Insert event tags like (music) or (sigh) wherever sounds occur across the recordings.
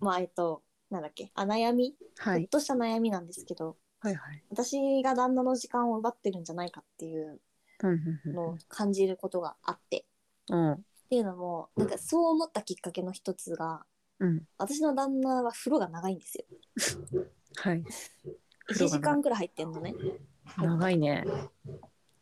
まあえっとなんだっけあ悩みちょはっい。とした悩みなんですけどはいはい。私が旦那の時間を奪ってるんじゃないかっていううんうんうんのを感じることがあってうん。っていうのもなんかそう思ったきっかけの一つがうん。私の旦那は風呂が長いんですよはい。 1時間風呂くらい入ってんのね、が長いね。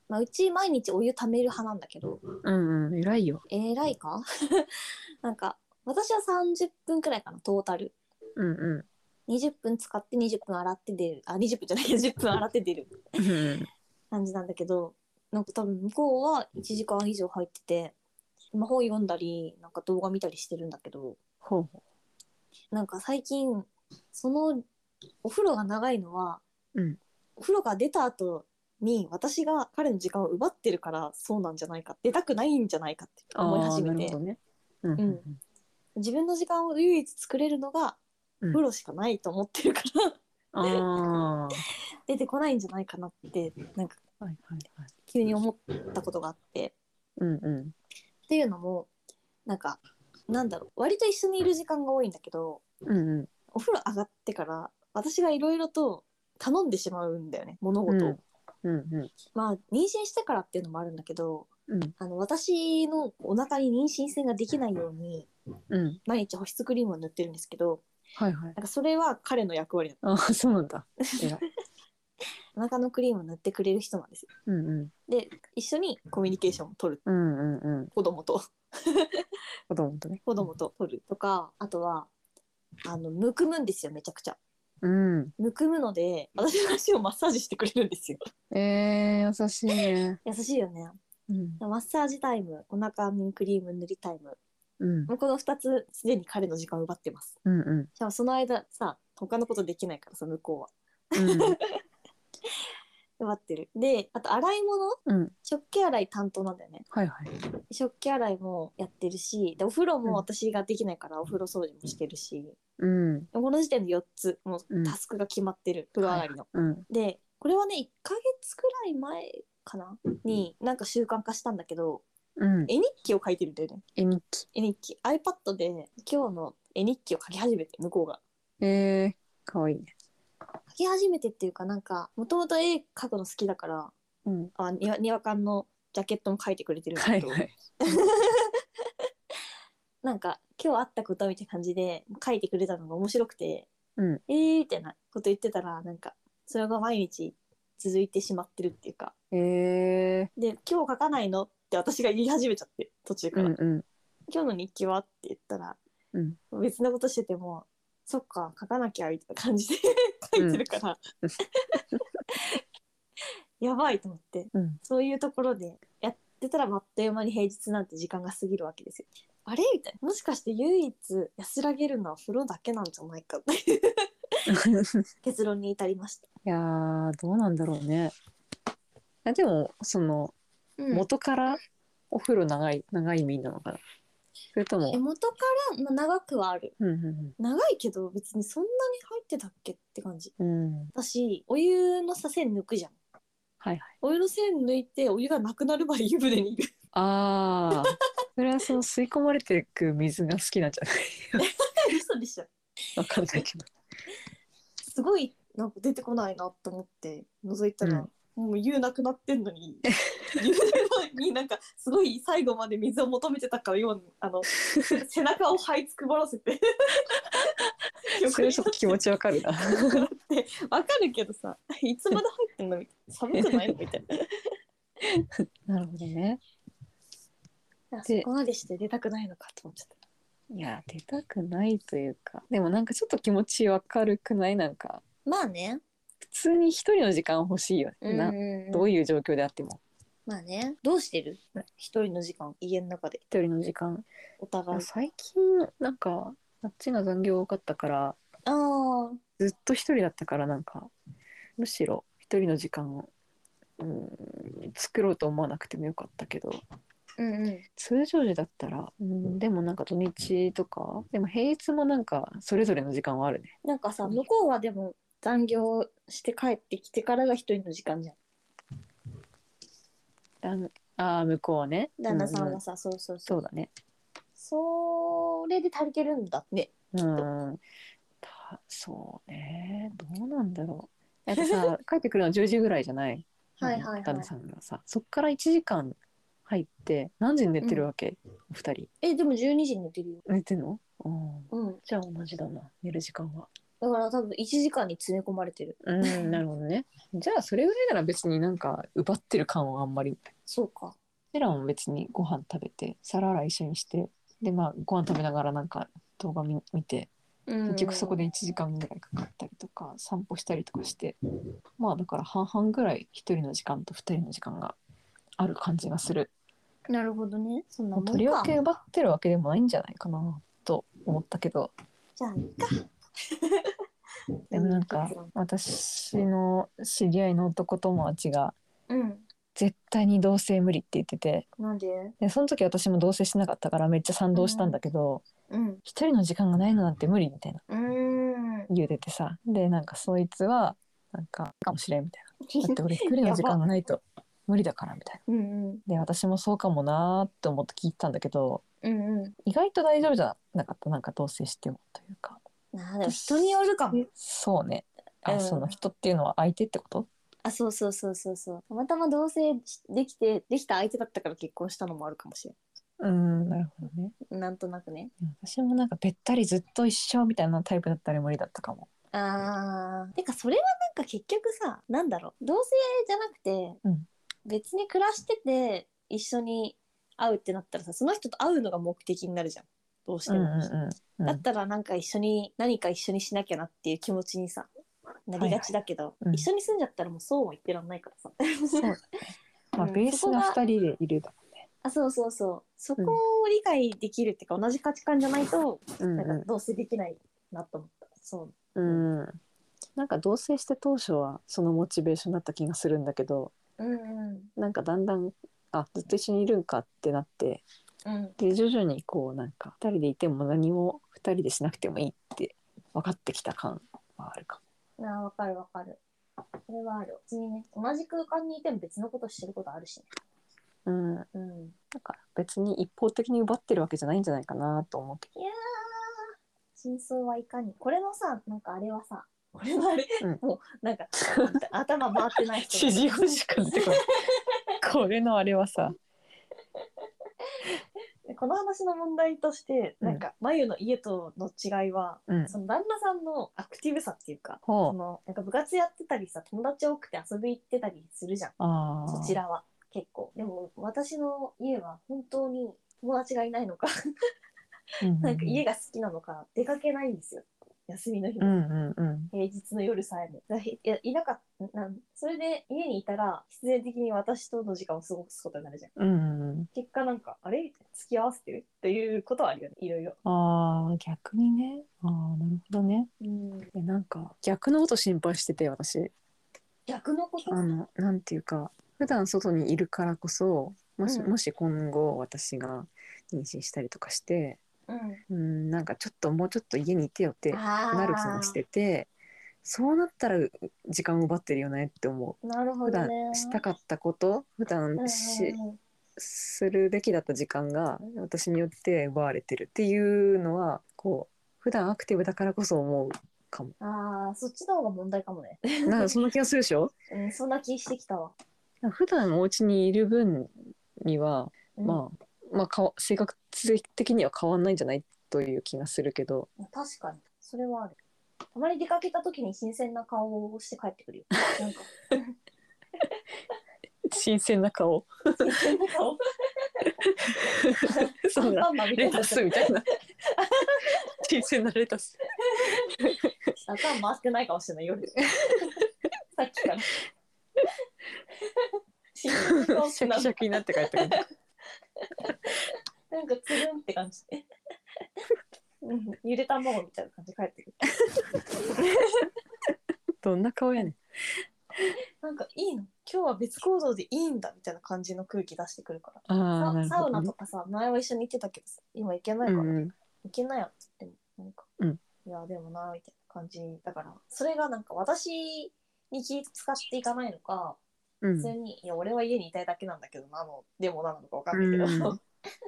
まあ、うち毎日お湯溜める派なんだけどうんうん。偉いよ。えらいか (laughs) なんか私は30分くらいかなトータルうんうん。 20分使って20分洗って出るあ20分じゃない10分洗って出るうんうん感じなんだけどなんか多分向こうは1時間以上入ってて魔法読んだりなんか動画見たりしてるんだけど (laughs) ほうほなんか最近そのお風呂が長いのは、うんお風呂が出た後に私が彼の時間を奪ってるからそうなんじゃないか出たくないんじゃないかってう。思い始 (laughs) めあーなてるほどね。うんうんうん。自分の時間を唯一作れるのがうんお風呂しかないと思ってるから、ああ。出てこないんじゃないかなってなんかはいはいはい。急に思ったことがあって。うんうん。っていうのもなんかなんだろう割と一緒にいる時間が多いんだけどうんうん。お風呂上がってから私がいろいろと頼んでしまうんだよね物事を、うんうんまあ妊娠してからっていうのもあるんだけどうんあの私のお腹に妊娠線ができないようにうん毎日保湿クリームを塗ってるんですけどはいはないんかそれは彼の役割だああそうなんだ偉いお腹のクリームを塗ってくれる人なんですようんうんで一緒にコミュニケーションを取るうんうんうん子供と子供とね子供と取るとかあとはあのむくむんですよめちゃくちゃうんむくむので私の足をマッサージしてくれるんですよえー、優しいね優しいよねうんマッサージタイムお腹にクリーム塗りタイムうんもうこの2つすでに彼の時間を奪ってますうんうんしかもその間さ他のことできないからさ向こうはうん奪ってるであと洗い物うん食器洗い担当なんだよねはいはい食器洗いもやってるしでお風呂も私ができないからお風呂掃除もしてるし、うんこの時点で4つもううんタスクが決まってる風呂上がりの、うんでこれはね1ヶ月くらい前かなになんか習慣化したんだけどうん絵日記を書いてるんだよね絵日記絵日記 iPad で今日の絵日記を書き始めて向こうがえー、かわいいね書き始めてっていうかなんかもともと絵描くの好きだからうんあにわにわかんのジャケットも書いてくれてるんだはけいど、はいなんか今日あったことみたいな感じで書いてくれたのが面白くて、うんえーみたいなこと言ってたらなんかそれが毎日続いてしまってるっていうかえで今日書かないのって私が言い始めちゃって途中ー、かうら、んうん今日の日記はって言ったら、うん別のことしててもそっか書かなきゃみたいな感じで (laughs) 書いてるから、うんやばいと思って (laughs) うんそういうところでやってたらあっという間に平日なんて時間が過ぎるわけですよ。あれみたいなもしかして唯一安らげるのは風呂だけなんじゃないかっていう結論に至りました。いやーどうなんだろうねあでもそのうん、元からお風呂長い長い身なのかなそれとえも元から、まあ、長くはあるうんうん長いけど別にそんなに入ってたっけって感じうんうん私お湯のさ線抜くじゃんはいはいお湯の線抜いてお湯がなくなるまで湯船にい (laughs) るああ、 (laughs) それはその吸い込まれていく水が好きなんじゃない (laughs) 嘘でしょわかんないけど。すごいなんか出てこないなと思って覗いたら、もう湯なくなってんのに (laughs) 湯になんかすごい最後まで水を求めてたからようあ (laughs) の背中を這いつくばらせてそれはちょっと気 (laughs) 持ちわかるな。ってわかるけどさいつまで入ってんのみ (laughs) たいな寒くないのみたいな (laughs) なるほどね。あそこまでして出たくないのかと思っちゃったいや、出たくないというか、でもなんかちょっと気持ちわかるくないなんか、まあね普通に一人の時間欲しいよね。などういう状況であっても。まあねどうしてる一人の時間家の中で一人の時間。お互い最近、なんか、あっちが残業多かったから、ああずっと一人だったからなんか、むしろ一人の時間を、うん、作ろうと思わなくてもよかったけど、うんうん通常時だったら、うん、でもなんか土日とかでも平日もなんかそれぞれの時間はあるねなんかさ向こうはでも残業して帰ってきてからが一人の時間じゃんだんあー向こうはね旦那さんううはさ、そうそうそそううだねそれで足りてるんだねうんたそうねどうなんだろうだって (laughs) さ帰ってくるの10時ぐらいじゃないはいはいはい旦那さんがさそっから1時間入って何時に寝てるわけ、お二人えでも12時に寝てるよ寝てんのうんうんじゃあ同じだな寝る時間はだから多分1時間に詰め込まれてるうんなるほど (laughs) ねじゃあそれぐらいなら別になんか奪ってる感はあんまりそうかセラも別にご飯食べて皿洗い一緒にしてでまあご飯食べながらなんか動画見見て結結局そこで1時間ぐらいかかったりとか散歩したりとかしてまあだから半々ぐらい1人の時間と2人の時間がある感じがするなるほどねそんなもんかとりわけ奪ってるわけでもないんじゃないかなと思ったけどじゃあいいかでもな (laughs) んか私の知り合いの男友達がうん絶対に同棲無理って言っててなんででその時私も同棲しなかったからめっちゃ賛同したんだけどうん1人の時間がないのなんて無理みたいなうーん言うててさでなんかそいつはなんかかもしれんみたいな。 (laughs) だって俺一人の時間がないと無理だからみたいうんうんな。で私もそうかもなーって思って聞いたんだけどうんう意外と大丈夫じゃなかったなんか同棲してもというかんあーでも人によるかもそうねあ、うんその人っていうのは相手ってことあそうそうそうそうそうたまたま同棲しできてできた相手だったから結婚したのもあるかもしうんなるほどねれんなんとなくね私もなんかべったりずっと一緒みたいなタイプだったら無理だったかもあーてかそれはなんか結局さなんだろう同棲じゃなくて、うん別に暮らしてて一緒に会うってなったらさその人と会うのが目的になるじゃんどうしてうんも、うんうんだったらなんか一緒に何か一緒にしなきゃなっていう気持ちにさなりがちだけど、いうん一緒に住んじゃったらもうそうも言ってらんないからさそうだねまあうんベースそこがが2人でいるだもんねあそうそうそうそこを理解できるっていうか同じ価値観じゃないとうんなんかどうせできないなと思った、そううん、うん、なんか同棲して当初はそのモチベーションだった気がするんだけどうんうんなんかだんだんあずっと一緒にいるんかってなってうんで徐々にこうなんか2人でいても何も2人でしなくてもいいって分かってきた感はあるかああ、わかるわかる。それはある。別にね、同じ空間にいても別のことしてることあるしね。も、うん、なんうん。か別に一方的に奪ってるわけじゃないんじゃないかなと思うけいやー、真相はいかに。これのさ、なんかあれはさ、これのあれ、うんもうなんかど頭回ってない人 (laughs) 指示欲しくってこれ (laughs) これのあれはさこの話の問題として、うんなんか、眉の家との違いは、うんその旦那さんのアクティブさっていうか、そほうのなんか部活やってたりさ、友達多くて遊び行ってたりするじゃん。あーそちらは結構。でも私の家は本当に友達がいないのかうんうんなんか家が好きなのか出かけないんですよ休みの日うも、んうんうん平日の夜さえもだいやいなかったなんそれで家にいたら必然的に私との時間を過ごすことになるじゃんうんうん結果なんかあれ付き合わせてるっていうことはあるよねいろいろあー逆にねあーなるほどねうんでなんか逆のこと心配してて私逆のことあのなんていうか普段外にいるからこそもし,、うんもし今後私が妊娠したりとかしてうんうんなんかちょっともうちょっと家にいてよってあーなる気もしててそうなったらう時間を奪ってるよねって思うなるほ普ど段ねしたかったこと普うんうんう段んし、するべきだった時間が私によって奪われてるっていうのはこう普段アクティブだからこそ思うかもあーそっちの方が問題かも (laughs) ね、なんかそんな気がするで (laughs) しょうん、そんな気してきたわ、普段お家にいる分にはうんまあ、まあ、かわ性格的には変わんないんじゃないという気がするけど確かにそれはあるたまに出かけた時に新鮮な顔をして帰ってくるよなんか新鮮 (laughs) な顔新鮮な顔そうアだンパンマンみたレいなタスみた (laughs) いな新鮮なレタス頭回してないかもしれない夜 (laughs) さっきから新鮮な顔しシてャなキシャキになって帰って (laughs) くるなんかつるんって感じうん揺れたものみたいな感じで帰ってくるどんな顔やねんなんかいいの今日は別行動でいいんだみたいな感じの空気出してくるからああなさるサウほどナねとかさ前は一緒に行ってたけどさ今行けないうかんら、うんいけないよって言ってもなんか、うんいやでもなみたいな感じだからそれがなんか私に気使っていかないのかう普ん通に、いや俺は家にいたいだけなんだけどなのでもなのかわかんないけど、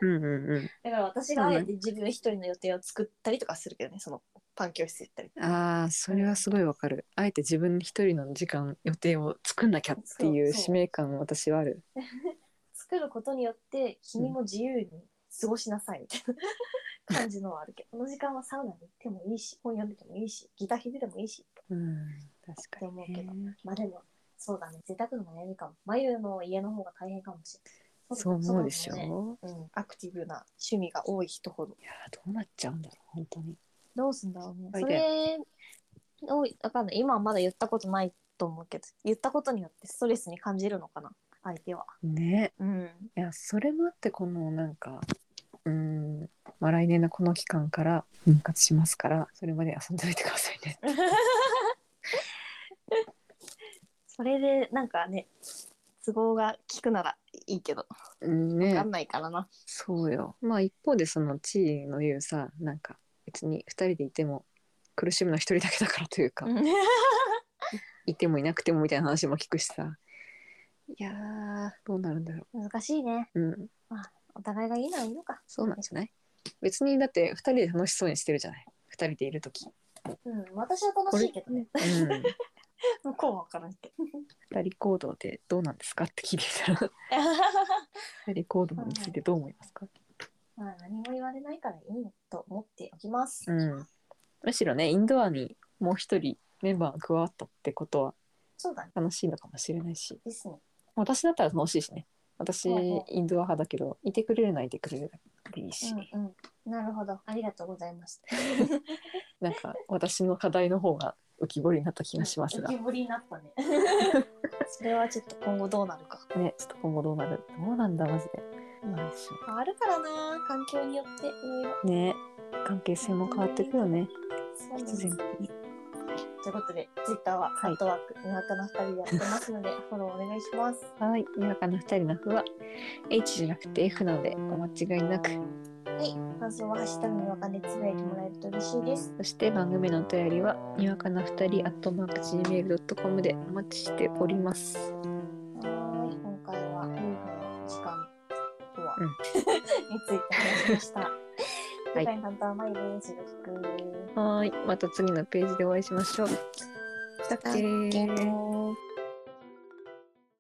うんうん (laughs) だから私があえて自分一人の予定を作ったりとかするけどねそのパン教室行ったりうん。ああ、それはすごいわかる。あえて自分一人の時間、予定を作んなきゃっていうそうそう使命感は私はある。作ることによって君も自由に過ごしなさいみたい (laughs) な感じのはあるけどこの時間はサウナに行ってもいいし本読んでてもいいしギター弾いててもいいしうん、確かに、って思ね。まあでもそうだね贅沢の悩みかも眉の家の方が大変かもしれないそう思うでしょ。だねううん、アクティブな趣味が多い人ほどいやー、どうなっちゃうんだろう、本当に。どうすんだろうね。いっそぱいだれをわかんない。今はまだ言ったことないと思うけど、言ったことによってストレスに感じるのかな、相手は。ね。うん。いや、それもあって、このなんか、うん、まあ、来年のこの期間から分割しますから、それまで遊んでおいてくださいね。それでなんかね、都合が利くならいいけど、うんわねかんないからな。そうよ。まあ一方でその地位の言うさなんか別に2人でいても苦しむのは1人だけだからというか、うんいてもいなくてもみたいな話も聞くしさいやーどうなるんだろ難しいね。ううんお互いがいいならいいのか。そうなんじゃない別にだって2人で楽しそうにしてるじゃない2人でいる時うん、私は楽しいけどね。うん (laughs) 向こうは分からんけど。二人行動ってどうなんですかって聞いてみたら二人行動についてどう思いますか、まあ何も言われないからいいと思っておきます。うん、むしろねインドアにもう1人メンバーが加わったってことはそうだね。楽しいのかもしれないしですね。私だったら楽しいしね私うんうんインドア派だけどいてくれるならいてくれるでいいし、うんうん、なるほどありがとうございましたなんか私の課題の方が浮き彫りになった気がしますが、浮き彫りになったね (laughs) それはちょっと今後どうなるかねちょっと今後どうなるどうなんだマジでなんでしょ変わるからな環境によっていろいろうね関係性も変わってくよねそうなんです必然的にということでツイッターは「はアいットワークにわかな2人」でやってますのでフォローお願いしますはいにわかな2人の服は H じゃなくて F なのでお間違いなくはい感想は「ハッシュタグにわか」でつぶやいてもらえると嬉しいですそして番組のお便りはにわかな2人 at mark gmail.com でお待ちしておりますはーい今回は「夕の時間」とは、(laughs) うんについて話しましたい次回担当はまいですよろしくはーいまた次のページでお会いしましょうしたっけーだっけー